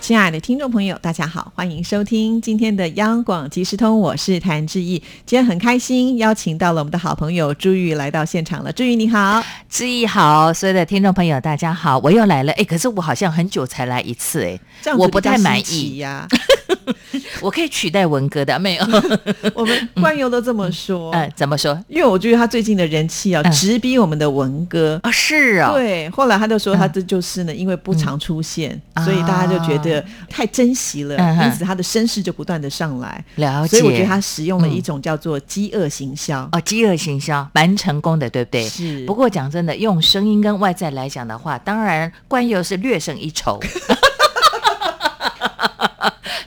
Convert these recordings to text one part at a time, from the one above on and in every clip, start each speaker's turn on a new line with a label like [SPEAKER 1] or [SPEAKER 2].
[SPEAKER 1] 亲爱的听众朋友，大家好，欢迎收听今天的央广即时通，我是谭志毅。今天很开心，邀请到了我们的好朋友朱玉来到现场了。朱玉你好，
[SPEAKER 2] 志毅好，所有的听众朋友大家好，我又来了。哎，可是我好像很久才来一次，
[SPEAKER 1] 这
[SPEAKER 2] 哎，
[SPEAKER 1] 样
[SPEAKER 2] 我不太满
[SPEAKER 1] 子比较新奇
[SPEAKER 2] 意。
[SPEAKER 1] 呀、
[SPEAKER 2] 我可以取代文哥的，没有？
[SPEAKER 1] 哦 我们惯友都这么说，
[SPEAKER 2] 嗯，怎么说？
[SPEAKER 1] 因为我觉得他最近的人气啊，
[SPEAKER 2] 嗯
[SPEAKER 1] 直逼我们的文哥。
[SPEAKER 2] 哦，是哦，
[SPEAKER 1] 对，后来他就说他这就是呢，因为不常出现，
[SPEAKER 2] 嗯啊
[SPEAKER 1] 所以大家就觉得太珍惜了，
[SPEAKER 2] 嗯哼
[SPEAKER 1] 因此他的声势就不断的上来。
[SPEAKER 2] 了
[SPEAKER 1] 所
[SPEAKER 2] 解。嗯
[SPEAKER 1] 以我觉得他使用了一种叫做“饥饿行销
[SPEAKER 2] 哦，饥饿行销蛮成功的，对不”，对？
[SPEAKER 1] 是
[SPEAKER 2] 不过讲真的，用声音跟外在来讲的话，当然冠佑是略胜一筹。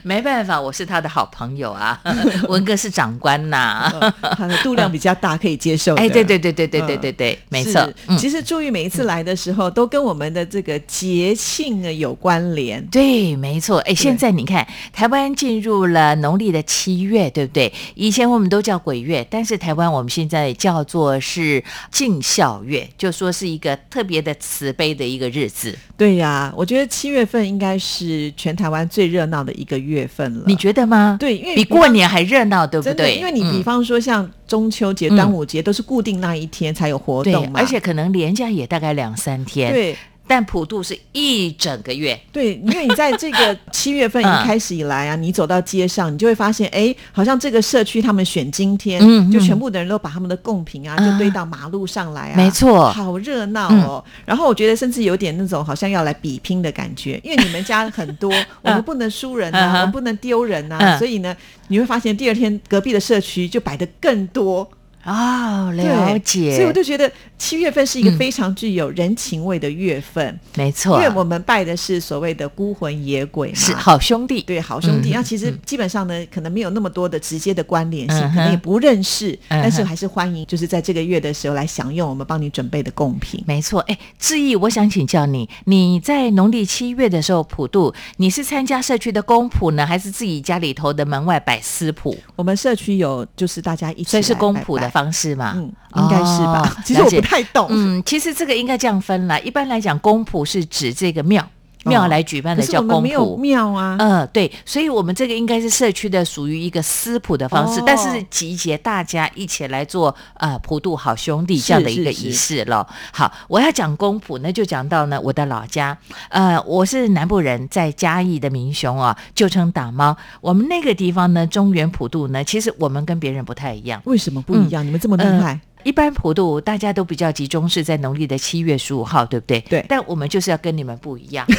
[SPEAKER 2] 没办法，我是他的好朋友啊， 文哥是长官呐、
[SPEAKER 1] 呃 它的度量比较大，可以接受的。
[SPEAKER 2] 哎，对对对对对对对对，没错
[SPEAKER 1] 是。
[SPEAKER 2] 嗯
[SPEAKER 1] 其实朱玉每一次来的时候，都跟我们的这个节庆啊有关联。
[SPEAKER 2] 对，没错。哎，现在你看，台湾进入了农历的七月，对不对？以前我们都叫鬼月，但是台湾我们现在叫做是尽孝月，就说是一个特别的慈悲的一个日子。
[SPEAKER 1] 对呀、我觉得七月份应该是全台湾最热闹的一个月份了。
[SPEAKER 2] 你觉得吗？，
[SPEAKER 1] 对，因为
[SPEAKER 2] 比过年还热闹，对不
[SPEAKER 1] 真的，
[SPEAKER 2] 对？
[SPEAKER 1] 因为你比
[SPEAKER 2] 嗯
[SPEAKER 1] 方说像中秋节、
[SPEAKER 2] 嗯
[SPEAKER 1] 端午节都是固定那一天才有活
[SPEAKER 2] 对
[SPEAKER 1] 动，嘛，
[SPEAKER 2] 而且可能连假也大概两三天，，
[SPEAKER 1] 对。
[SPEAKER 2] 但普渡是一整个月。
[SPEAKER 1] 对，因为你在这 个七月份一开始以来啊，你走到街上，你就会发现，哎，好像这个社区他们选今天，
[SPEAKER 2] 嗯嗯
[SPEAKER 1] 就全部的人都把他们的贡品啊，
[SPEAKER 2] 啊
[SPEAKER 1] 就堆到马路上来啊，
[SPEAKER 2] 没错嗯
[SPEAKER 1] 好热闹哦。然后我觉得甚至有点那种好像要来比拼的感觉，因为你们家很 多，我们不能输人
[SPEAKER 2] 嗯
[SPEAKER 1] 啊，
[SPEAKER 2] 哼
[SPEAKER 1] 我们不能丢人啊，
[SPEAKER 2] 嗯
[SPEAKER 1] 所以呢，你会发现第二天隔壁的社区就摆的更多，
[SPEAKER 2] 哦，
[SPEAKER 1] 对
[SPEAKER 2] 了解，
[SPEAKER 1] 所以我就觉得七月份是一个
[SPEAKER 2] 嗯
[SPEAKER 1] 非常具有人情味的月份，
[SPEAKER 2] 没错，
[SPEAKER 1] 因为我们拜的是所谓的孤魂野鬼嘛，
[SPEAKER 2] 啊是好兄弟，
[SPEAKER 1] 对好兄弟。
[SPEAKER 2] 嗯
[SPEAKER 1] 那其实基本上呢，可能没有那么多的直接的关联性，
[SPEAKER 2] 嗯哼
[SPEAKER 1] 可能也不认识，
[SPEAKER 2] 嗯哼
[SPEAKER 1] 但是还是欢迎，就是在这个月的时候来享用我们帮你准备的贡品。
[SPEAKER 2] 没错，哎，志毅，我想请教你，你在农历七月的时候普渡，你是参加社区的公普呢，还是自己家里头的门外摆私普？
[SPEAKER 1] 我们社区有就是大家一起，
[SPEAKER 2] 所以是公普的，方式嘛？
[SPEAKER 1] 嗯，应该是吧？
[SPEAKER 2] 哦
[SPEAKER 1] 其实我
[SPEAKER 2] 了解
[SPEAKER 1] 不太懂。
[SPEAKER 2] 嗯，其实这个应该这样分啦。一般来讲，公普是指这个庙
[SPEAKER 1] 哦
[SPEAKER 2] 庙来举办
[SPEAKER 1] 可
[SPEAKER 2] 的
[SPEAKER 1] 是我
[SPEAKER 2] 叫
[SPEAKER 1] 们
[SPEAKER 2] 公
[SPEAKER 1] 没有
[SPEAKER 2] 普。
[SPEAKER 1] 庙啊，
[SPEAKER 2] 嗯，对，所以我们这个应该是社区的，属于一个私普的方式，
[SPEAKER 1] 哦
[SPEAKER 2] 但是是集结大家一起来做呃普渡好兄弟这样的一个
[SPEAKER 1] 是是
[SPEAKER 2] 仪式了。好，我要讲公普，那就讲到呢我的老家，呃，我是南部人，在嘉义的民雄啊，旧称打猫。我们那个地方呢，中原普渡呢，其实我们跟别人不太一样。
[SPEAKER 1] 为什么不一
[SPEAKER 2] 嗯
[SPEAKER 1] 样？你们这么厉害？
[SPEAKER 2] 一般普渡大家都比较集中是在农历的七月十五号，对不对？
[SPEAKER 1] 对
[SPEAKER 2] 但我们就是要跟你们不一样。嗯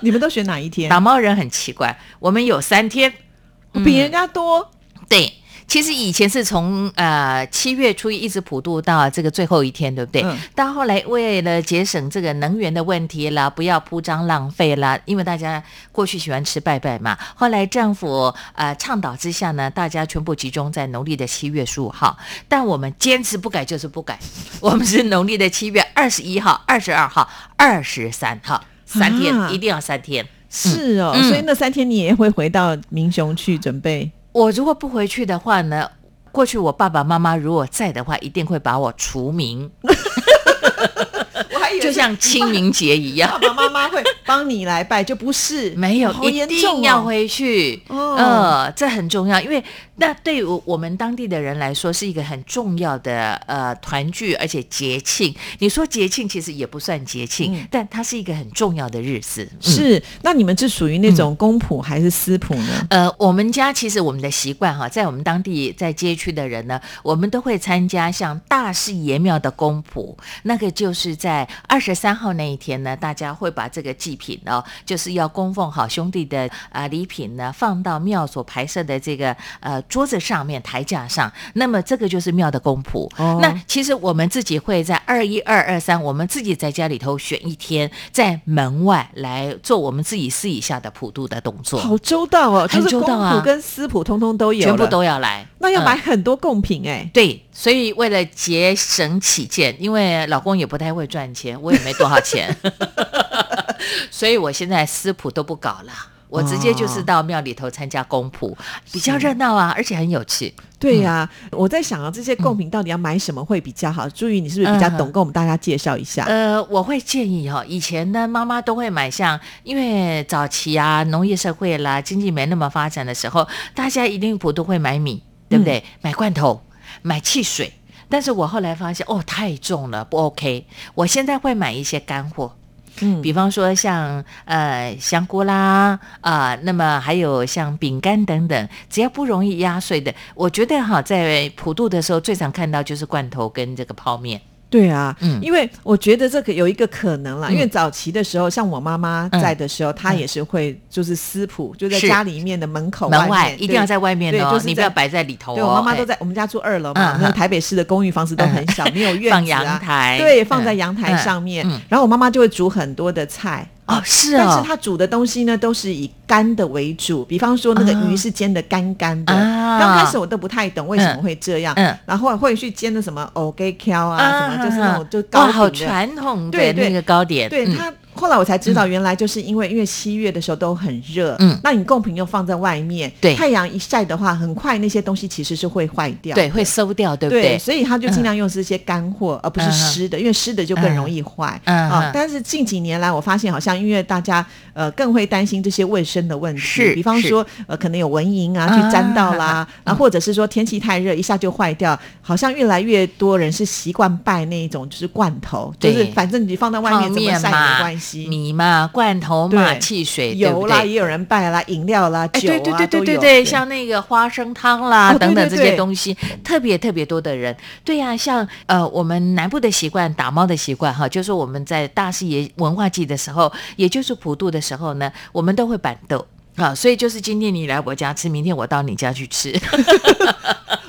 [SPEAKER 1] 你们都选哪一天？
[SPEAKER 2] 打猫人很奇怪，我们有三天。嗯
[SPEAKER 1] 比人家多，
[SPEAKER 2] 对，其实以前是从呃七月初一一直普渡到这个最后一天，对不对？
[SPEAKER 1] 嗯
[SPEAKER 2] 到后来为了节省这个能源的问题啦，不要铺张浪费啦，因为大家过去喜欢吃拜拜嘛。后来政府呃倡导之下呢，大家全部集中在农历的七月十五号，但我们坚持不改就是不改， 我们是农历的七月二十一号、二十二号、二十三号三天，
[SPEAKER 1] 啊
[SPEAKER 2] 一定要三天。
[SPEAKER 1] 是哦，
[SPEAKER 2] 嗯
[SPEAKER 1] 所以那三天你也会回到民雄去准备。
[SPEAKER 2] 我如果不回去的话呢，过去我爸爸妈妈如果在的话，一定会把我除名，
[SPEAKER 1] 我还以
[SPEAKER 2] 就像清明节 一样。
[SPEAKER 1] 爸爸妈妈会帮你来拜，就不是
[SPEAKER 2] 没有，
[SPEAKER 1] 好
[SPEAKER 2] 一
[SPEAKER 1] 严重、
[SPEAKER 2] 定
[SPEAKER 1] 哦、
[SPEAKER 2] 要回去。
[SPEAKER 1] 哦
[SPEAKER 2] 呃，这很重要，因为那对于我们当地的人来说是一个很重要的呃团聚，而且节庆。你说节庆其实也不算节庆，
[SPEAKER 1] 嗯
[SPEAKER 2] 但它是一个很重要的日子。嗯
[SPEAKER 1] 是。那你们是属于那种公仆还是私仆呢？
[SPEAKER 2] 呃，我们家其实我们的习惯哈，在我们当地在街区的人呢，我们都会参加像大士爷庙的公普，那个就是在二十三号那一天呢，大家会把这个祭品哦，就是要供奉好兄弟的啊、呃礼品呢，放到庙所排设的这个呃桌子上面、台架上。那么这个就是庙的公谱。
[SPEAKER 1] 哦
[SPEAKER 2] 那其实我们自己会在二一、二二三，我们自己在家里头选一天，在门外来做我们自己私底下的普渡的动作，
[SPEAKER 1] 好周到哦，就
[SPEAKER 2] 很
[SPEAKER 1] 是
[SPEAKER 2] 周
[SPEAKER 1] 公
[SPEAKER 2] 到啊
[SPEAKER 1] 仆跟私仆通通都有了，
[SPEAKER 2] 全部都要来。
[SPEAKER 1] 那要
[SPEAKER 2] 嗯
[SPEAKER 1] 买很多贡品哎、
[SPEAKER 2] 对，所以为了节省起见，因为老公也不太会赚钱，我也没多 少钱，所以我现在私谱都不搞了。我直接
[SPEAKER 1] 哦
[SPEAKER 2] 就是到庙里头参加公谱，比较热闹啊，而且很有趣。
[SPEAKER 1] 对呀、
[SPEAKER 2] 嗯
[SPEAKER 1] 我在想啊，这些贡品到底要买什么会比较好？朱宇，你是不是比较懂？
[SPEAKER 2] 嗯
[SPEAKER 1] 跟我们大家介绍一下。
[SPEAKER 2] 呃，我会建议哈、以前呢，妈妈都会买像，因为早期啊，农业社会啦，经济没那么发展的时候，大家一定不都会买米，对不对？买罐头，买汽水。但是我后来发现，哦，太重了，不 OK。我现在会买一些干货，
[SPEAKER 1] 嗯，
[SPEAKER 2] 比方说像呃香菇啦啊、那么还有像饼干等等，只要不容易压碎的，我觉得哈，在普渡的时候最常看到就是罐头跟这个泡面。
[SPEAKER 1] 对啊，
[SPEAKER 2] 嗯
[SPEAKER 1] 因为我觉得这个有一个可能啦，
[SPEAKER 2] 嗯
[SPEAKER 1] 因为早期的时候，像我妈妈在的时候，她也是会就是私谱，就在
[SPEAKER 2] 是
[SPEAKER 1] 家里面的门口
[SPEAKER 2] 门
[SPEAKER 1] 外
[SPEAKER 2] 外
[SPEAKER 1] 面
[SPEAKER 2] 一定要。在外面
[SPEAKER 1] 对
[SPEAKER 2] 哦，
[SPEAKER 1] 就是
[SPEAKER 2] 你不
[SPEAKER 1] 在
[SPEAKER 2] 要摆在里头
[SPEAKER 1] 对
[SPEAKER 2] 哦。
[SPEAKER 1] 对我妈妈都
[SPEAKER 2] 嘿
[SPEAKER 1] 在我们家住二楼嘛，
[SPEAKER 2] 嗯
[SPEAKER 1] 那
[SPEAKER 2] 嗯
[SPEAKER 1] 台北市的公寓房子都很小，没有院子啊
[SPEAKER 2] 放阳台
[SPEAKER 1] 对，放在
[SPEAKER 2] 嗯
[SPEAKER 1] 阳台
[SPEAKER 2] 嗯
[SPEAKER 1] 上面
[SPEAKER 2] 嗯。
[SPEAKER 1] 然后我妈妈就会煮很多的菜
[SPEAKER 2] 哦，是
[SPEAKER 1] 但是
[SPEAKER 2] 哦，
[SPEAKER 1] 它煮的东西呢，都是以干的为主，比方说那个
[SPEAKER 2] 啊
[SPEAKER 1] 鱼是煎的干干的。
[SPEAKER 2] 啊
[SPEAKER 1] 刚开始我都不太懂为什么会这样，
[SPEAKER 2] 嗯嗯
[SPEAKER 1] 然后会去煎的什么藕给挑啊，什么就是那种就
[SPEAKER 2] 嗯哇，
[SPEAKER 1] 糕
[SPEAKER 2] 好
[SPEAKER 1] 饼的。
[SPEAKER 2] 传统
[SPEAKER 1] 对
[SPEAKER 2] 的
[SPEAKER 1] 对
[SPEAKER 2] 那个糕点，
[SPEAKER 1] 对
[SPEAKER 2] 嗯
[SPEAKER 1] 它后来我才知道，原来就是因为因为七月的时候都很热，
[SPEAKER 2] 嗯
[SPEAKER 1] 那你贡品又放在外面，
[SPEAKER 2] 对
[SPEAKER 1] 太阳一晒的话，很快那些东西其实是会坏掉，
[SPEAKER 2] 对会馊掉，对不
[SPEAKER 1] 对
[SPEAKER 2] 对？嗯
[SPEAKER 1] 所以他就尽量用这些干货，而不是湿的，因为湿的就更容易坏。
[SPEAKER 2] 嗯嗯
[SPEAKER 1] 啊
[SPEAKER 2] 嗯，
[SPEAKER 1] 但是近几年来，我发现好像因为大家呃更会担心这些卫生的问题，
[SPEAKER 2] 是嗯
[SPEAKER 1] 比方说呃可能有蚊蝇啊去沾到啦，然后或者是说天气太热一下就坏掉，好像越来越多人是习惯拜那一种就是罐头，就
[SPEAKER 2] 对
[SPEAKER 1] 是反正你放在外
[SPEAKER 2] 泡
[SPEAKER 1] 面怎么
[SPEAKER 2] 面
[SPEAKER 1] 晒也没
[SPEAKER 2] 嘛
[SPEAKER 1] 关，系。
[SPEAKER 2] 米嘛，罐头嘛，
[SPEAKER 1] 对
[SPEAKER 2] 汽水，对不
[SPEAKER 1] 油啦，
[SPEAKER 2] 对？
[SPEAKER 1] 也有人拜啦，饮料啦，
[SPEAKER 2] 哎，
[SPEAKER 1] 酒
[SPEAKER 2] 对
[SPEAKER 1] 啊，
[SPEAKER 2] 对对对
[SPEAKER 1] 都
[SPEAKER 2] 对
[SPEAKER 1] 有
[SPEAKER 2] 对，像那个花生汤啦、
[SPEAKER 1] 哦对
[SPEAKER 2] 等等
[SPEAKER 1] 对
[SPEAKER 2] 这
[SPEAKER 1] 对
[SPEAKER 2] 些东西，特别特别多的人。对呀、像呃我们南部的习惯，打猫的习惯哈，就是我们在大视野文化季的时候，也就是普渡的时候呢，我们都会板豆。啊，所以就是今天你来我家吃，明天我到你家去吃，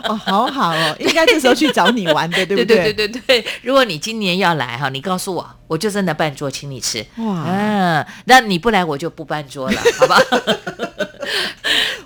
[SPEAKER 1] 哦，好好哦，应该这时候去找你玩 的，对不
[SPEAKER 2] 对对对对。如果你今年要来哈，你告诉我，我就真的办桌请你吃。
[SPEAKER 1] 哇
[SPEAKER 2] 嗯，那你不来我就不办桌 了，好吧？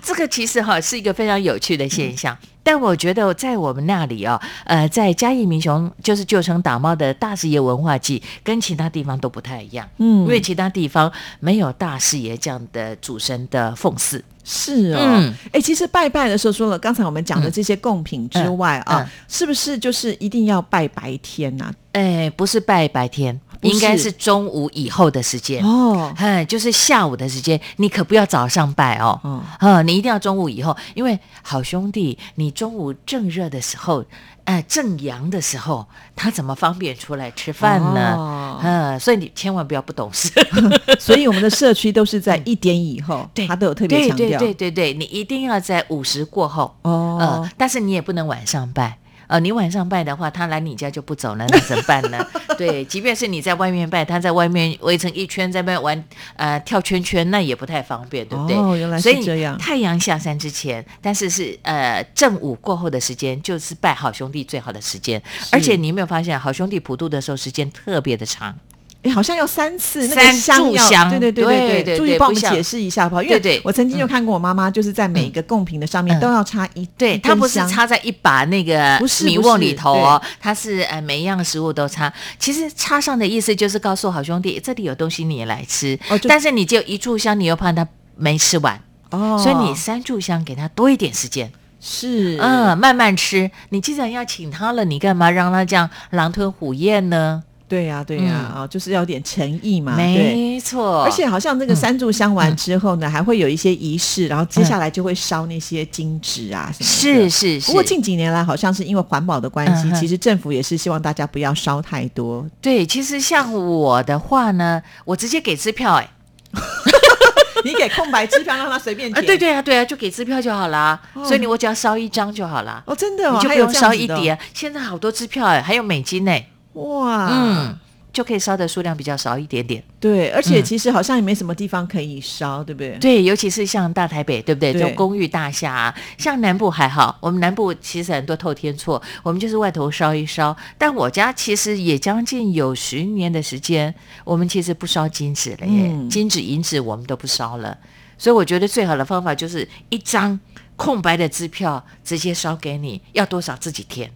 [SPEAKER 2] 这个其实哈是一个非常有趣的现象，但我觉得在我们那里哦，呃，在嘉义民雄就是旧城打猫的大视野文化季，跟其他地方都不太一样，
[SPEAKER 1] 嗯
[SPEAKER 2] 因为其他地方没有大视野这样的主神的奉祀，
[SPEAKER 1] 是哦，哎、
[SPEAKER 2] 嗯
[SPEAKER 1] 其实拜拜的时候，除了刚才我们讲的这些贡品之外啊，
[SPEAKER 2] 嗯嗯
[SPEAKER 1] 是不是就是一定要拜白天啊呐、
[SPEAKER 2] 哎，不是拜白天，
[SPEAKER 1] 不是
[SPEAKER 2] 应该是中午以后的时间。
[SPEAKER 1] 哦，
[SPEAKER 2] 哎，就是下午的时间，你可不要早上拜哦。
[SPEAKER 1] 哦
[SPEAKER 2] 呃，你一定要中午以后，因为好兄弟，你中午正热的时候，呃，正阳的时候，他怎么方便出来吃饭呢？
[SPEAKER 1] 哦
[SPEAKER 2] 呃，所以你千万不要不懂事。
[SPEAKER 1] 所以我们的社区都是在一点以后，
[SPEAKER 2] 嗯对
[SPEAKER 1] 他都有特别
[SPEAKER 2] 对
[SPEAKER 1] 强调。
[SPEAKER 2] 对对对对，你一定要在午时过后，
[SPEAKER 1] 哦、
[SPEAKER 2] 呃，但是你也不能晚上拜。呃，你晚上拜的话，他来你家就不走 了，那怎么办呢？对，即便是你在外面拜，他在外面围成一圈，在外面玩呃跳圈圈，那也不太方便，对不对？
[SPEAKER 1] 哦原来是
[SPEAKER 2] 所以
[SPEAKER 1] 这样
[SPEAKER 2] 太阳下山之前，但是是呃正午过后的时间，就是拜好兄弟最好的时间。而且你有没有发现，好兄弟普渡的时候时间特别的长？
[SPEAKER 1] 诶好像要三次那个
[SPEAKER 2] 三
[SPEAKER 1] 香
[SPEAKER 2] 炷
[SPEAKER 1] 要，
[SPEAKER 2] 香
[SPEAKER 1] 对对对
[SPEAKER 2] 对
[SPEAKER 1] 对
[SPEAKER 2] 对对
[SPEAKER 1] 注意
[SPEAKER 2] 对
[SPEAKER 1] 帮我
[SPEAKER 2] 不
[SPEAKER 1] 们
[SPEAKER 2] 像
[SPEAKER 1] 解释一下好不好？因
[SPEAKER 2] 对
[SPEAKER 1] 为
[SPEAKER 2] 对
[SPEAKER 1] 我曾经就看过我妈妈，就是在每一个贡品的上面
[SPEAKER 2] 嗯
[SPEAKER 1] 都要插一，
[SPEAKER 2] 对，
[SPEAKER 1] 一
[SPEAKER 2] 它
[SPEAKER 1] 根
[SPEAKER 2] 不是
[SPEAKER 1] 香
[SPEAKER 2] 插在一把那个
[SPEAKER 1] 不是
[SPEAKER 2] 米
[SPEAKER 1] 不
[SPEAKER 2] 瓮
[SPEAKER 1] 是
[SPEAKER 2] 里头哦，它是呃每一样食物都插。其实插上的意思就是告诉好兄弟，这里有东西你也来吃，
[SPEAKER 1] 哦就
[SPEAKER 2] 但是你只有一炷香，你又怕他没吃完，
[SPEAKER 1] 哦，
[SPEAKER 2] 所以你三炷香给他多一点时间，
[SPEAKER 1] 是
[SPEAKER 2] 嗯，慢慢吃。你既然要请他了，你干嘛让他这样狼吞虎咽呢？
[SPEAKER 1] 对呀、对呀、啊、就是要有点诚意嘛，对。
[SPEAKER 2] 嗯没错，
[SPEAKER 1] 而且好像那
[SPEAKER 2] 嗯
[SPEAKER 1] 个三炷香完之后呢，还会有一些仪式，然后接下来就会烧那些金纸啊什么的。
[SPEAKER 2] 是。是是，
[SPEAKER 1] 不过近几年来，好像是因为环保的关系，
[SPEAKER 2] 嗯哼
[SPEAKER 1] 其实政府也是希望大家不要烧太多。
[SPEAKER 2] 对，其实像我的话呢，我直接给支票哎、
[SPEAKER 1] 你给空白支票，让他随便
[SPEAKER 2] 啊，
[SPEAKER 1] 填。
[SPEAKER 2] 对对啊，对啊，就给支票就好啦。
[SPEAKER 1] 哦
[SPEAKER 2] 所以你我只要烧一张就好啦。
[SPEAKER 1] 哦，真的、哦，啊
[SPEAKER 2] 你就不
[SPEAKER 1] 还有
[SPEAKER 2] 用
[SPEAKER 1] 这样
[SPEAKER 2] 烧
[SPEAKER 1] 子
[SPEAKER 2] 一
[SPEAKER 1] 的哦
[SPEAKER 2] 叠，现在好多支票哎，还有美金呢。
[SPEAKER 1] 哇，
[SPEAKER 2] 哎嗯，就可以烧的数量比较少一点点。
[SPEAKER 1] 对，而
[SPEAKER 2] 嗯
[SPEAKER 1] 且其实好像也没什么地方可以烧，对不对？
[SPEAKER 2] 对，尤其是像大台北，对不对？
[SPEAKER 1] 对
[SPEAKER 2] 就公寓大厦、啊，像南部还好，我们南部其实很多透天厝，我们就是外头烧一烧。但我家其实也将近有十年的时间，我们其实不烧金纸了耶，
[SPEAKER 1] 嗯
[SPEAKER 2] 金纸银纸我们都不烧了。所以我觉得最好的方法就是一张空白的支票直接烧给你，要多少自己填，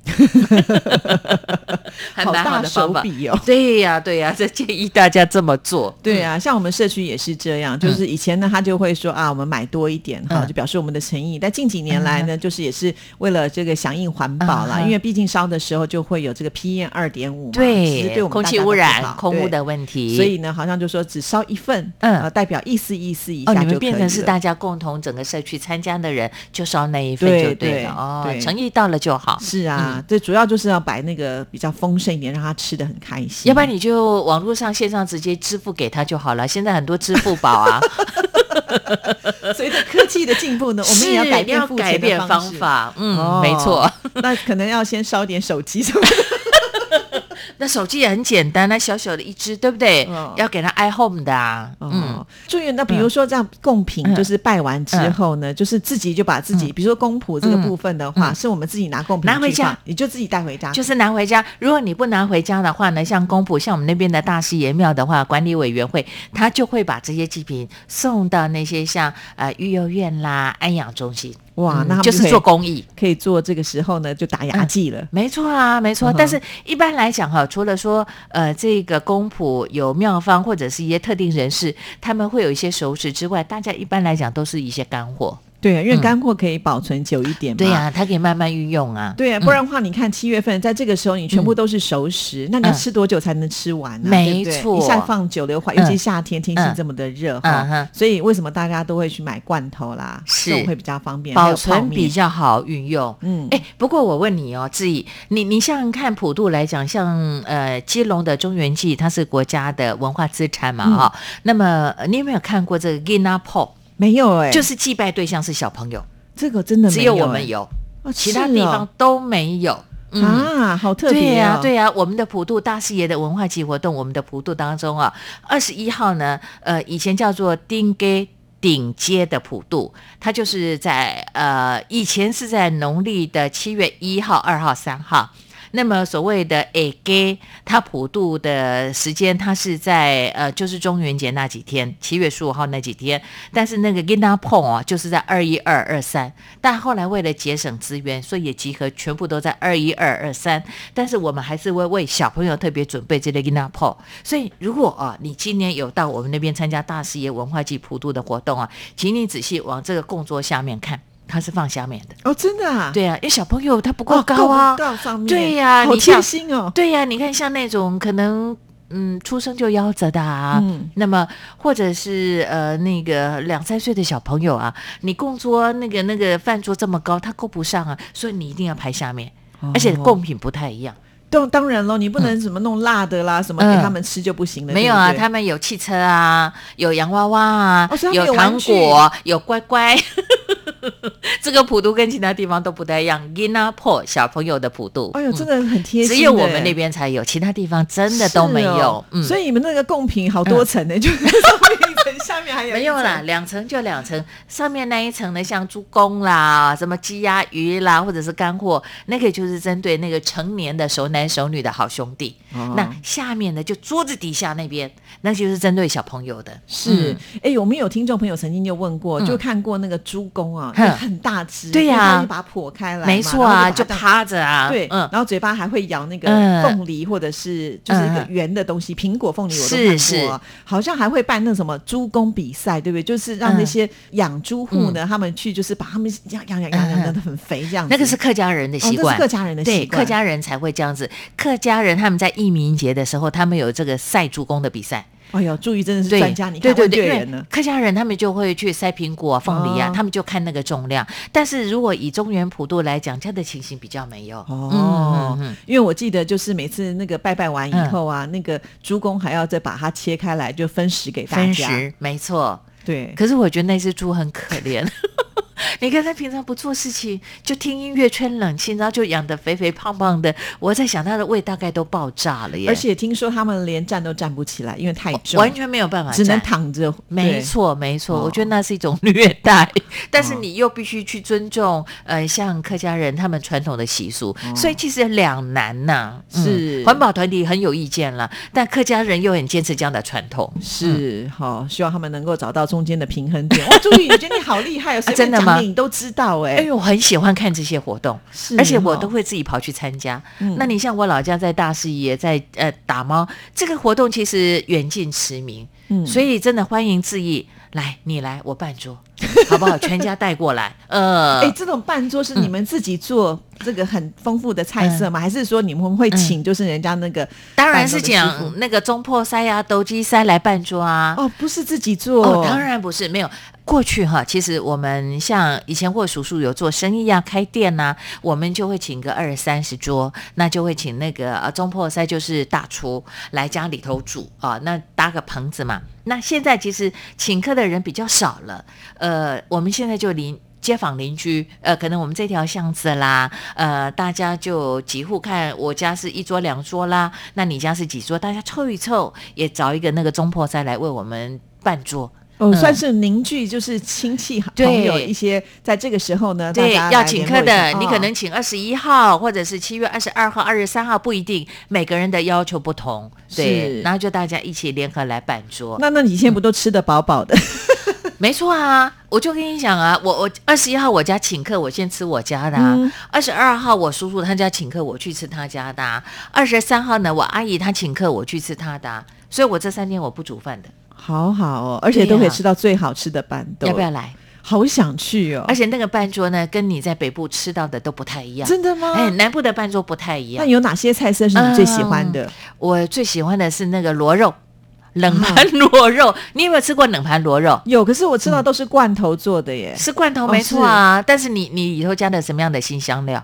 [SPEAKER 2] 还蛮好
[SPEAKER 1] 大
[SPEAKER 2] 的
[SPEAKER 1] 手
[SPEAKER 2] 方法。
[SPEAKER 1] 笔哦。
[SPEAKER 2] 对呀、对呀、这建议大家这么做。
[SPEAKER 1] 对啊，像我们社区也是这样，就是以前呢，他就会说啊，我们买多一点哈，
[SPEAKER 2] 嗯
[SPEAKER 1] 就表示我们的诚意。但近几年来呢，就是也是为了这个响应环保啦，
[SPEAKER 2] 嗯哼
[SPEAKER 1] 因为毕竟烧的时候就会有这个 PM 二点五嘛，其实
[SPEAKER 2] 对，
[SPEAKER 1] 对我们
[SPEAKER 2] 空
[SPEAKER 1] 大
[SPEAKER 2] 气
[SPEAKER 1] 家都
[SPEAKER 2] 污
[SPEAKER 1] 不
[SPEAKER 2] 染
[SPEAKER 1] 好、
[SPEAKER 2] 空污
[SPEAKER 1] 对
[SPEAKER 2] 的问题，
[SPEAKER 1] 所以呢，好像就说只烧一份，
[SPEAKER 2] 嗯
[SPEAKER 1] 呃，代表意思意思一
[SPEAKER 2] 哦，
[SPEAKER 1] 下
[SPEAKER 2] 你
[SPEAKER 1] 就可以
[SPEAKER 2] 们
[SPEAKER 1] 了。
[SPEAKER 2] 变成是大家共同整个社区参加的人，就烧那一份
[SPEAKER 1] 对
[SPEAKER 2] 就
[SPEAKER 1] 对
[SPEAKER 2] 了哦
[SPEAKER 1] 对，
[SPEAKER 2] 诚意到了就好。
[SPEAKER 1] 是
[SPEAKER 2] 嗯
[SPEAKER 1] 啊，对，主要就是要摆那个比较丰盛一点，让他吃的很开心。
[SPEAKER 2] 要不然你就网络上线上直接支付给他就好了。现在很多支付宝 啊，
[SPEAKER 1] 随着科技的进 步呢，我们也要
[SPEAKER 2] 是
[SPEAKER 1] 改
[SPEAKER 2] 要
[SPEAKER 1] 变付
[SPEAKER 2] 改
[SPEAKER 1] 钱
[SPEAKER 2] 变
[SPEAKER 1] 的
[SPEAKER 2] 方
[SPEAKER 1] 式。
[SPEAKER 2] 法，
[SPEAKER 1] 哦
[SPEAKER 2] 嗯，没错。，
[SPEAKER 1] 那可能要先烧点手机什么的。
[SPEAKER 2] 那手机也很简单，那小小的一只，对不对
[SPEAKER 1] 嗯？
[SPEAKER 2] 要给他 iHome 的啊，嗯
[SPEAKER 1] 嗯，，祝愿那比如说这样贡品，
[SPEAKER 2] 嗯
[SPEAKER 1] 就是拜完之后呢，就是自己就把自己，比如说公仆这个部分的话，
[SPEAKER 2] 嗯
[SPEAKER 1] 是我们自己拿贡品
[SPEAKER 2] 拿回
[SPEAKER 1] 去放
[SPEAKER 2] 家
[SPEAKER 1] 你就自己带回家。
[SPEAKER 2] 就是拿回家。如果你不拿回家的话呢，像公仆，像我们那边的大师爷庙的话，管理委员会他就会把这些祭品送到那些像呃育幼院啦、安养中心。
[SPEAKER 1] 哇，那他们
[SPEAKER 2] 嗯就
[SPEAKER 1] 可
[SPEAKER 2] 是
[SPEAKER 1] 以
[SPEAKER 2] 做嗯公益。
[SPEAKER 1] 可以做这个时候呢，就打牙祭了。
[SPEAKER 2] 没错啊，没错。
[SPEAKER 1] 嗯哼
[SPEAKER 2] 但是一般来讲哈，除了说呃这个公仆有妙方或者是一些特定人士，他们会有一些熟识之外，大家一般来讲都是一些干货。
[SPEAKER 1] 对啊，因为
[SPEAKER 2] 嗯
[SPEAKER 1] 干货可以保存久一点嘛。
[SPEAKER 2] 对呀、它可以慢慢运用啊。
[SPEAKER 1] 对啊，不然的话，你看七月份在这个时候，你全部都是熟食，那你要
[SPEAKER 2] 嗯
[SPEAKER 1] 吃多久才能吃完呢、啊？对不
[SPEAKER 2] 没
[SPEAKER 1] 对
[SPEAKER 2] 错
[SPEAKER 1] 一下放久了的话，尤其夏天天气
[SPEAKER 2] 嗯
[SPEAKER 1] 这么的热哈、
[SPEAKER 2] 嗯哼
[SPEAKER 1] 所以为什么大家都会去买罐头啦？
[SPEAKER 2] 是
[SPEAKER 1] 这种会比较方便，还
[SPEAKER 2] 保
[SPEAKER 1] 有泡
[SPEAKER 2] 存比
[SPEAKER 1] 面。
[SPEAKER 2] 较好运用。
[SPEAKER 1] 嗯，
[SPEAKER 2] 哎，不过我问你哦，志毅，你你想想看，普渡来讲，像呃基隆的中原祭，它是国家的文化资
[SPEAKER 1] 嗯
[SPEAKER 2] 产嘛，哈、那么呃你有没有看过这个 Gina p o
[SPEAKER 1] 没有哎、
[SPEAKER 2] 就是祭拜对象是小朋友，
[SPEAKER 1] 这个真的
[SPEAKER 2] 只
[SPEAKER 1] 没
[SPEAKER 2] 有
[SPEAKER 1] 哎
[SPEAKER 2] 我们有。
[SPEAKER 1] 哦
[SPEAKER 2] 其他
[SPEAKER 1] 是
[SPEAKER 2] 地
[SPEAKER 1] 哦
[SPEAKER 2] 方都没有。嗯，
[SPEAKER 1] 啊，好特
[SPEAKER 2] 对
[SPEAKER 1] 别
[SPEAKER 2] 呀、
[SPEAKER 1] 哦。
[SPEAKER 2] 对呀、我们的普渡大师爷的文化祭活动，我们的普渡当中啊，二十一号呢，呃，以前叫做丁给。顶街的普渡，它就是在呃，以前是在农历的七月一号、二号、三号。那么所谓的 A 给，它普渡的时间，它是在呃，就是中元节那几天，七月十五号那几天。但是那个 g i n a p o n 啊，就是在二一二二三，但后来为了节省资源，所以也集合全部都在二一二二三。但是我们还是会为小朋友特别准备这类 g i n a p o 所以如果啊，你今年有到我们那边参加大师爷文化祭普渡的活动啊，请你仔细往这个供桌下面看，它是放下面的。
[SPEAKER 1] 哦，真的啊，
[SPEAKER 2] 对啊，因为小朋友他不
[SPEAKER 1] 哦，
[SPEAKER 2] 够高啊，
[SPEAKER 1] 够不到上面，
[SPEAKER 2] 对呀
[SPEAKER 1] 好
[SPEAKER 2] 你像
[SPEAKER 1] 贴心哦。
[SPEAKER 2] 对呀、你看像那种可能。嗯，出生就夭折的啊，
[SPEAKER 1] 嗯
[SPEAKER 2] 那么或者是呃那个两三岁的小朋友啊，你供桌那个那个饭桌这么高，他够不上啊，所以你一定要排下面，而且
[SPEAKER 1] 够
[SPEAKER 2] 贡品不太一样。
[SPEAKER 1] 哦当当然喽，你不能什么弄辣的啦，什么给他们吃就不行了。
[SPEAKER 2] 嗯没有
[SPEAKER 1] 对
[SPEAKER 2] 啊，
[SPEAKER 1] 不对
[SPEAKER 2] 他们有汽车啊，有洋娃娃啊，
[SPEAKER 1] 哦所以他们有
[SPEAKER 2] 有
[SPEAKER 1] 玩
[SPEAKER 2] 糖
[SPEAKER 1] 具
[SPEAKER 2] 果，有乖乖。 这个普渡跟其他地方都不太一样 g i n a p o 小朋友的普渡，
[SPEAKER 1] 哎呦，
[SPEAKER 2] 嗯
[SPEAKER 1] 真的很贴心的
[SPEAKER 2] 只
[SPEAKER 1] 耶。
[SPEAKER 2] 有我们那边才有，其他地方真的都没
[SPEAKER 1] 是
[SPEAKER 2] 有嗯
[SPEAKER 1] 哦。所以你们那个贡品好多层呢、就是上面一层，下面还有一层
[SPEAKER 2] 没有啦，。两层就两层，上面那一层呢，像猪公啦、什么鸡鸭鱼啦，或者是干货，那个就是针对那个成年的熟男熟女的好兄弟。
[SPEAKER 1] 哦
[SPEAKER 2] 那下面呢，就桌子底下那边，那就是针对小朋友的。
[SPEAKER 1] 是
[SPEAKER 2] 嗯，
[SPEAKER 1] 哎、我们有听众朋友曾经就问过，就看过那个猪公啊，
[SPEAKER 2] 哼
[SPEAKER 1] 也很大只，
[SPEAKER 2] 对呀
[SPEAKER 1] 因为它就把它破开来嘛，
[SPEAKER 2] 没错啊，
[SPEAKER 1] 然后
[SPEAKER 2] 就
[SPEAKER 1] 把它
[SPEAKER 2] 趴着啊。
[SPEAKER 1] 对，
[SPEAKER 2] 嗯
[SPEAKER 1] 然。后嘴巴还会咬那个
[SPEAKER 2] 嗯
[SPEAKER 1] 凤梨，或者是就是一个
[SPEAKER 2] 嗯嗯
[SPEAKER 1] 圆的东西，苹果、凤梨我都
[SPEAKER 2] 是
[SPEAKER 1] 看过啊，好像还会办那什么猪公比赛，对不对？就是让那
[SPEAKER 2] 嗯
[SPEAKER 1] 些养猪户呢，他们去就是把他们养养养养
[SPEAKER 2] 嗯嗯
[SPEAKER 1] 养的很肥这样子，
[SPEAKER 2] 嗯那个是客家人的习
[SPEAKER 1] 哦那
[SPEAKER 2] 惯，
[SPEAKER 1] 是客家人的习
[SPEAKER 2] 对
[SPEAKER 1] 惯
[SPEAKER 2] 客家人才会这样子。客家人他们在义民节的时候，他们有这个赛猪公的比赛，
[SPEAKER 1] 哎呦，注意真的是
[SPEAKER 2] 对
[SPEAKER 1] 专家，你
[SPEAKER 2] 对
[SPEAKER 1] 看
[SPEAKER 2] 对
[SPEAKER 1] 问
[SPEAKER 2] 对，因
[SPEAKER 1] 人
[SPEAKER 2] 为
[SPEAKER 1] 呢，
[SPEAKER 2] 客家人他们就会去塞苹果、啊、凤梨啊，
[SPEAKER 1] 哦
[SPEAKER 2] 他们就看那个重量。但是如果以中原普渡来讲，这样的情形比较没有。
[SPEAKER 1] 哦，
[SPEAKER 2] 嗯嗯嗯
[SPEAKER 1] 因为我记得就是每次那个拜拜完以后啊，那个猪公还要再把它切开来，就分食给大
[SPEAKER 2] 分
[SPEAKER 1] 家。
[SPEAKER 2] 食没错。
[SPEAKER 1] 对，
[SPEAKER 2] 可是我觉得那只猪很可怜， 你看他平常不做事情，就听音乐、吹冷气，然后就养得肥肥胖胖的。我在想他的胃大概都爆炸了耶，
[SPEAKER 1] 而且听说他们连站都站不起来，因为太重，
[SPEAKER 2] 完全没有办法
[SPEAKER 1] 只能
[SPEAKER 2] 站
[SPEAKER 1] 躺着。
[SPEAKER 2] 没
[SPEAKER 1] 对，
[SPEAKER 2] 错，没错，
[SPEAKER 1] 哦
[SPEAKER 2] 我觉得那是一种虐待，但是你又必须去尊重，呃，像客家人他们传统的习俗，所以其实两难呐、嗯
[SPEAKER 1] 哦是
[SPEAKER 2] 环保团体很有意见了，但客家人又很坚持这样的传统。嗯
[SPEAKER 1] 是好、希望他们能够找到中间的平衡点。哇，朱宇，你觉得你好厉 害哦，随便
[SPEAKER 2] 啊真的
[SPEAKER 1] 讲
[SPEAKER 2] 吗
[SPEAKER 1] 你都知道哎、
[SPEAKER 2] 哎呦，我很喜欢看这些活动，
[SPEAKER 1] 是
[SPEAKER 2] 而且我
[SPEAKER 1] 哦嗯
[SPEAKER 2] 都会自己跑去参加。那你像我老家在大视野，在呃打猫这个活动，其实远近驰名，
[SPEAKER 1] 嗯
[SPEAKER 2] 所以真的欢迎志毅来，你来我办桌，好不好？全家带过来，呃，嗯
[SPEAKER 1] 哎、这种半桌是你们自己做这个很丰富的菜色吗？还是说你们会
[SPEAKER 2] 嗯
[SPEAKER 1] 请就是人家那个
[SPEAKER 2] 当然是
[SPEAKER 1] 办桌的师
[SPEAKER 2] 讲那个中破塞啊、斗鸡塞来办桌啊。
[SPEAKER 1] 傅哦，不是自己做，
[SPEAKER 2] 哦，当然不是，没有。过去哈，其实我们像以前或叔叔有做生意啊、开店呐、我们就会请个二三十桌，那就会请那个呃中破塞就是大厨来家里头煮啊，那搭个棚子嘛。那现在其实请客的人比较少了，呃，我们现在就邻街坊邻居，呃，可能我们这条巷子啦，呃，大家就几户看，我家是一桌两桌啦，那你家是几桌？大家凑一凑，也找一个那个中破塞来为我们办桌。
[SPEAKER 1] 哦，
[SPEAKER 2] 嗯
[SPEAKER 1] 算是凝聚就是亲戚好
[SPEAKER 2] 对
[SPEAKER 1] 朋友一些，在这个时候呢，
[SPEAKER 2] 对，
[SPEAKER 1] 大家
[SPEAKER 2] 要
[SPEAKER 1] 来
[SPEAKER 2] 请
[SPEAKER 1] 联络
[SPEAKER 2] 客
[SPEAKER 1] 一
[SPEAKER 2] 的，
[SPEAKER 1] 下
[SPEAKER 2] 你可能
[SPEAKER 1] 哦
[SPEAKER 2] 请二十一号，或者是七月二十二号、二十三号，不一定，每个人的要求不同。
[SPEAKER 1] 是
[SPEAKER 2] 对，然后就大家一起联合来办桌。
[SPEAKER 1] 哦那那你以前不都吃得饱饱
[SPEAKER 2] 嗯
[SPEAKER 1] 的？
[SPEAKER 2] 没错啊，我就跟你讲啊，我我二十一号我家请客，我先吃我家的、啊
[SPEAKER 1] 嗯；
[SPEAKER 2] 二十二号我叔叔他家请客，我去吃他家的、啊；二十三号呢，我阿姨她请客，我去吃她的、啊。所以我这三天我不煮饭的，
[SPEAKER 1] 好好哦，而且都可以吃到最好吃的板豆，
[SPEAKER 2] 要不要来？
[SPEAKER 1] 好想去哦
[SPEAKER 2] 而！且那个办桌呢，跟你在北部吃到的都不太一样。
[SPEAKER 1] 真的吗？哎
[SPEAKER 2] 哎，南部的办桌不太一样嗯
[SPEAKER 1] 那。有哪些菜色是你最喜欢的？
[SPEAKER 2] 我最喜欢的是那个螺肉，
[SPEAKER 1] 嗯
[SPEAKER 2] 冷盘螺肉。你有没有吃过冷盘螺肉？
[SPEAKER 1] 有，可是我吃到都是罐头做的耶。
[SPEAKER 2] 是罐头
[SPEAKER 1] 哦
[SPEAKER 2] 没错啊，但是你你里头加的什么样的新香料？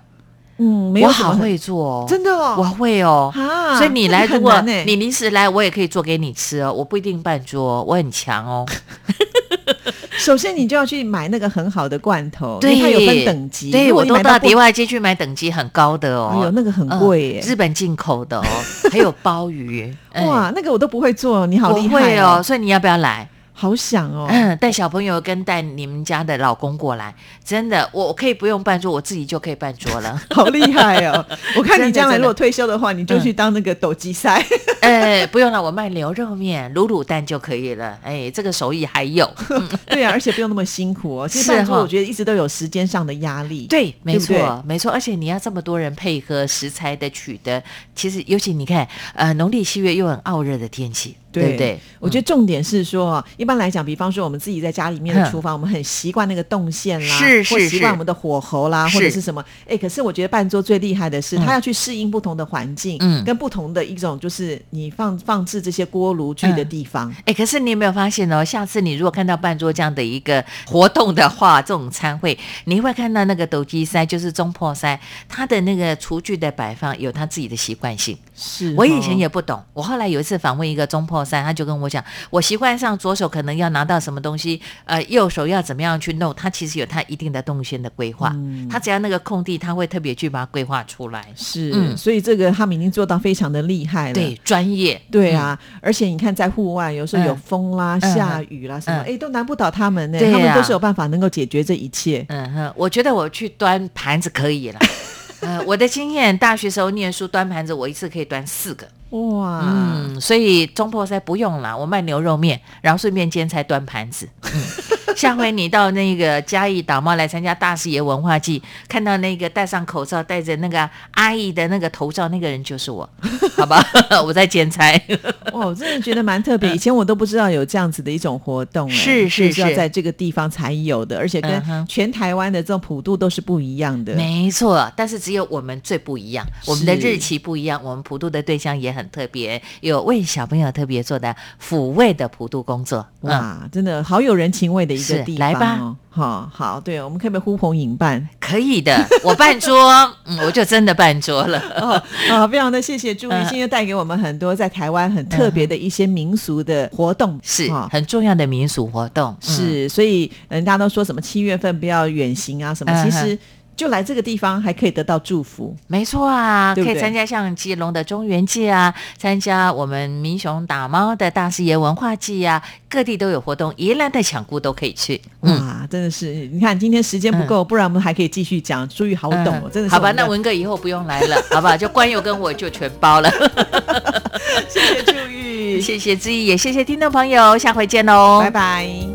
[SPEAKER 1] 嗯，没有
[SPEAKER 2] 我
[SPEAKER 1] 什么
[SPEAKER 2] 好会做哦，
[SPEAKER 1] 真的哦
[SPEAKER 2] 我会哦。
[SPEAKER 1] 啊
[SPEAKER 2] 所以你
[SPEAKER 1] 那
[SPEAKER 2] 来，
[SPEAKER 1] 很
[SPEAKER 2] 如果
[SPEAKER 1] 难欸
[SPEAKER 2] 你临时来，我也可以做给你吃哦。我不一定办桌哦，我很强哦。
[SPEAKER 1] 首先你就要去买那个很好的罐头，
[SPEAKER 2] 对，
[SPEAKER 1] 哦因为它有分等级。
[SPEAKER 2] 对
[SPEAKER 1] 如果
[SPEAKER 2] 我
[SPEAKER 1] 你
[SPEAKER 2] 都
[SPEAKER 1] 买
[SPEAKER 2] 到
[SPEAKER 1] 不
[SPEAKER 2] 迪化街去买等级很高的哦。
[SPEAKER 1] 哎呦那个很
[SPEAKER 2] 嗯
[SPEAKER 1] 贵耶
[SPEAKER 2] 日本进口的哦，还有鲍鱼。哎，
[SPEAKER 1] 哇，那个我都不会做，你好
[SPEAKER 2] 我
[SPEAKER 1] 厉害
[SPEAKER 2] 会哦，，所以你要不要来？
[SPEAKER 1] 好想哦。
[SPEAKER 2] 嗯，带小朋友跟带你们家的老公过来，真的，我我可以不用办桌，我自己就可以办 桌了。
[SPEAKER 1] 好厉害 哦！我看你
[SPEAKER 2] 真的
[SPEAKER 1] 将来
[SPEAKER 2] 真的嗯
[SPEAKER 1] 如果退休的话，你就去当那个斗鸡赛。
[SPEAKER 2] 呃，不用了，我卖牛肉面、卤卤蛋就可以了。哎，这个手艺还有，
[SPEAKER 1] 对啊，而且不用那么辛苦哦。其实
[SPEAKER 2] 是
[SPEAKER 1] 办桌，
[SPEAKER 2] 哈
[SPEAKER 1] 我觉得一直都有时间上的压力。，
[SPEAKER 2] 对，没
[SPEAKER 1] 对不
[SPEAKER 2] 错，
[SPEAKER 1] 对
[SPEAKER 2] 没错。而且你要这么多人配合食材的取得，其实尤其你看，呃，农历七月又很傲热的天气，对
[SPEAKER 1] 对
[SPEAKER 2] 不对？
[SPEAKER 1] 我觉得重点是说啊，一般来讲，比方说我们自己在家里面的
[SPEAKER 2] 哼
[SPEAKER 1] 厨房，我们很习惯那个动线啦，
[SPEAKER 2] 嗯是
[SPEAKER 1] 或
[SPEAKER 2] 是
[SPEAKER 1] 习惯
[SPEAKER 2] 是
[SPEAKER 1] 我们的火候啦，或者
[SPEAKER 2] 是
[SPEAKER 1] 是什么。哎，可是我觉得办桌最厉害的是，
[SPEAKER 2] 嗯
[SPEAKER 1] 他要去适应不同的环境，
[SPEAKER 2] 嗯
[SPEAKER 1] 跟不同的一种就是你放放置这些锅炉具的
[SPEAKER 2] 嗯
[SPEAKER 1] 地方。
[SPEAKER 2] 哎，可是你有没有发现哦？下次你如果看到办桌这样的一个活动的话，这种餐会，你会看到那个斗鸡塞，就是中破塞，它的那个厨具的摆放有它自己的习惯性。
[SPEAKER 1] 是
[SPEAKER 2] 我以前
[SPEAKER 1] 哦
[SPEAKER 2] 也不懂，我后来有一次访问一个中破塞，他就跟我讲，我习惯上左手可能要拿到什么东西，呃，右手要怎么样去弄，他其实有他一定的动线的规划，
[SPEAKER 1] 嗯
[SPEAKER 2] 他只要那个空地，他会特别去把它规划出来，
[SPEAKER 1] 是，
[SPEAKER 2] 嗯
[SPEAKER 1] 所以这个他们已经做到非常的厉害了。
[SPEAKER 2] 对，专业，
[SPEAKER 1] 对啊，而且你看，在户外有时候有
[SPEAKER 2] 嗯
[SPEAKER 1] 风啦、
[SPEAKER 2] 嗯
[SPEAKER 1] 下雨啦什么，
[SPEAKER 2] 嗯
[SPEAKER 1] 哎，都难不倒他们呢。
[SPEAKER 2] 对
[SPEAKER 1] 他们
[SPEAKER 2] 啊
[SPEAKER 1] 都是有办法能够解决这一切。
[SPEAKER 2] 嗯哼，我觉得我去端盘子可以了。 呃，我的经验，大学时候念书端盘子，我一次可以端四个。
[SPEAKER 1] 哇，
[SPEAKER 2] 嗯，所以中破塞不用啦，我卖牛肉面，然后顺便兼差端盘子。嗯，下回你到那个嘉义打猫来参加大视野文化季，看到那个戴上口罩、戴着那个阿姨的那个头罩，那个人就是我，好吧？ 我在兼差。
[SPEAKER 1] 哇，我真的觉得蛮特别。以前我都不知道有这样子的一种活动，哎
[SPEAKER 2] 嗯是
[SPEAKER 1] 就是要
[SPEAKER 2] 是
[SPEAKER 1] 在这个地方才有的，而且
[SPEAKER 2] 嗯
[SPEAKER 1] 跟
[SPEAKER 2] 哼
[SPEAKER 1] 全台湾的这种普渡都是不一样的。
[SPEAKER 2] 没错，但是只有我们最不一样，我们的
[SPEAKER 1] 是
[SPEAKER 2] 日期不一样，我们普渡的对象也很特别，有为小朋友特别做的抚慰的普渡工作。嗯，
[SPEAKER 1] 哇，真的好有人情味的一个
[SPEAKER 2] 是
[SPEAKER 1] 地
[SPEAKER 2] 来
[SPEAKER 1] 方哦。好好，对，我们可不可以呼朋引伴？
[SPEAKER 2] 可以的，我办桌，嗯，我就真的办桌了。
[SPEAKER 1] 哦，啊，非常的谢谢朱玉，
[SPEAKER 2] 嗯
[SPEAKER 1] 今天带给我们很多在台湾很特别的一些民俗的活动，
[SPEAKER 2] 是
[SPEAKER 1] 哦
[SPEAKER 2] 很重要的民俗活动，嗯
[SPEAKER 1] 是，所以人家都说什么七月份不要远行啊什么，
[SPEAKER 2] 嗯
[SPEAKER 1] 其
[SPEAKER 2] 哼
[SPEAKER 1] 实就来这个地方还可以得到祝福。
[SPEAKER 2] 没错啊，
[SPEAKER 1] 对不
[SPEAKER 2] 可以
[SPEAKER 1] 对
[SPEAKER 2] 参加像基隆的中原祭啊，参加我们民雄打猫的大师爷文化祭呀、啊，各地都有活动，宜兰的抢姑都可以去。嗯，
[SPEAKER 1] 哇，真的是，你看今天时间不够，不然我们还可以继续讲。朱玉好懂哦，
[SPEAKER 2] 嗯
[SPEAKER 1] 真的是。
[SPEAKER 2] 好吧，那文哥以后不用来了，好吧？就关佑跟我就全 包了。
[SPEAKER 1] 谢谢朱玉，
[SPEAKER 2] 谢谢之意，也谢谢听众朋友，下回见喽，哦
[SPEAKER 1] 拜拜。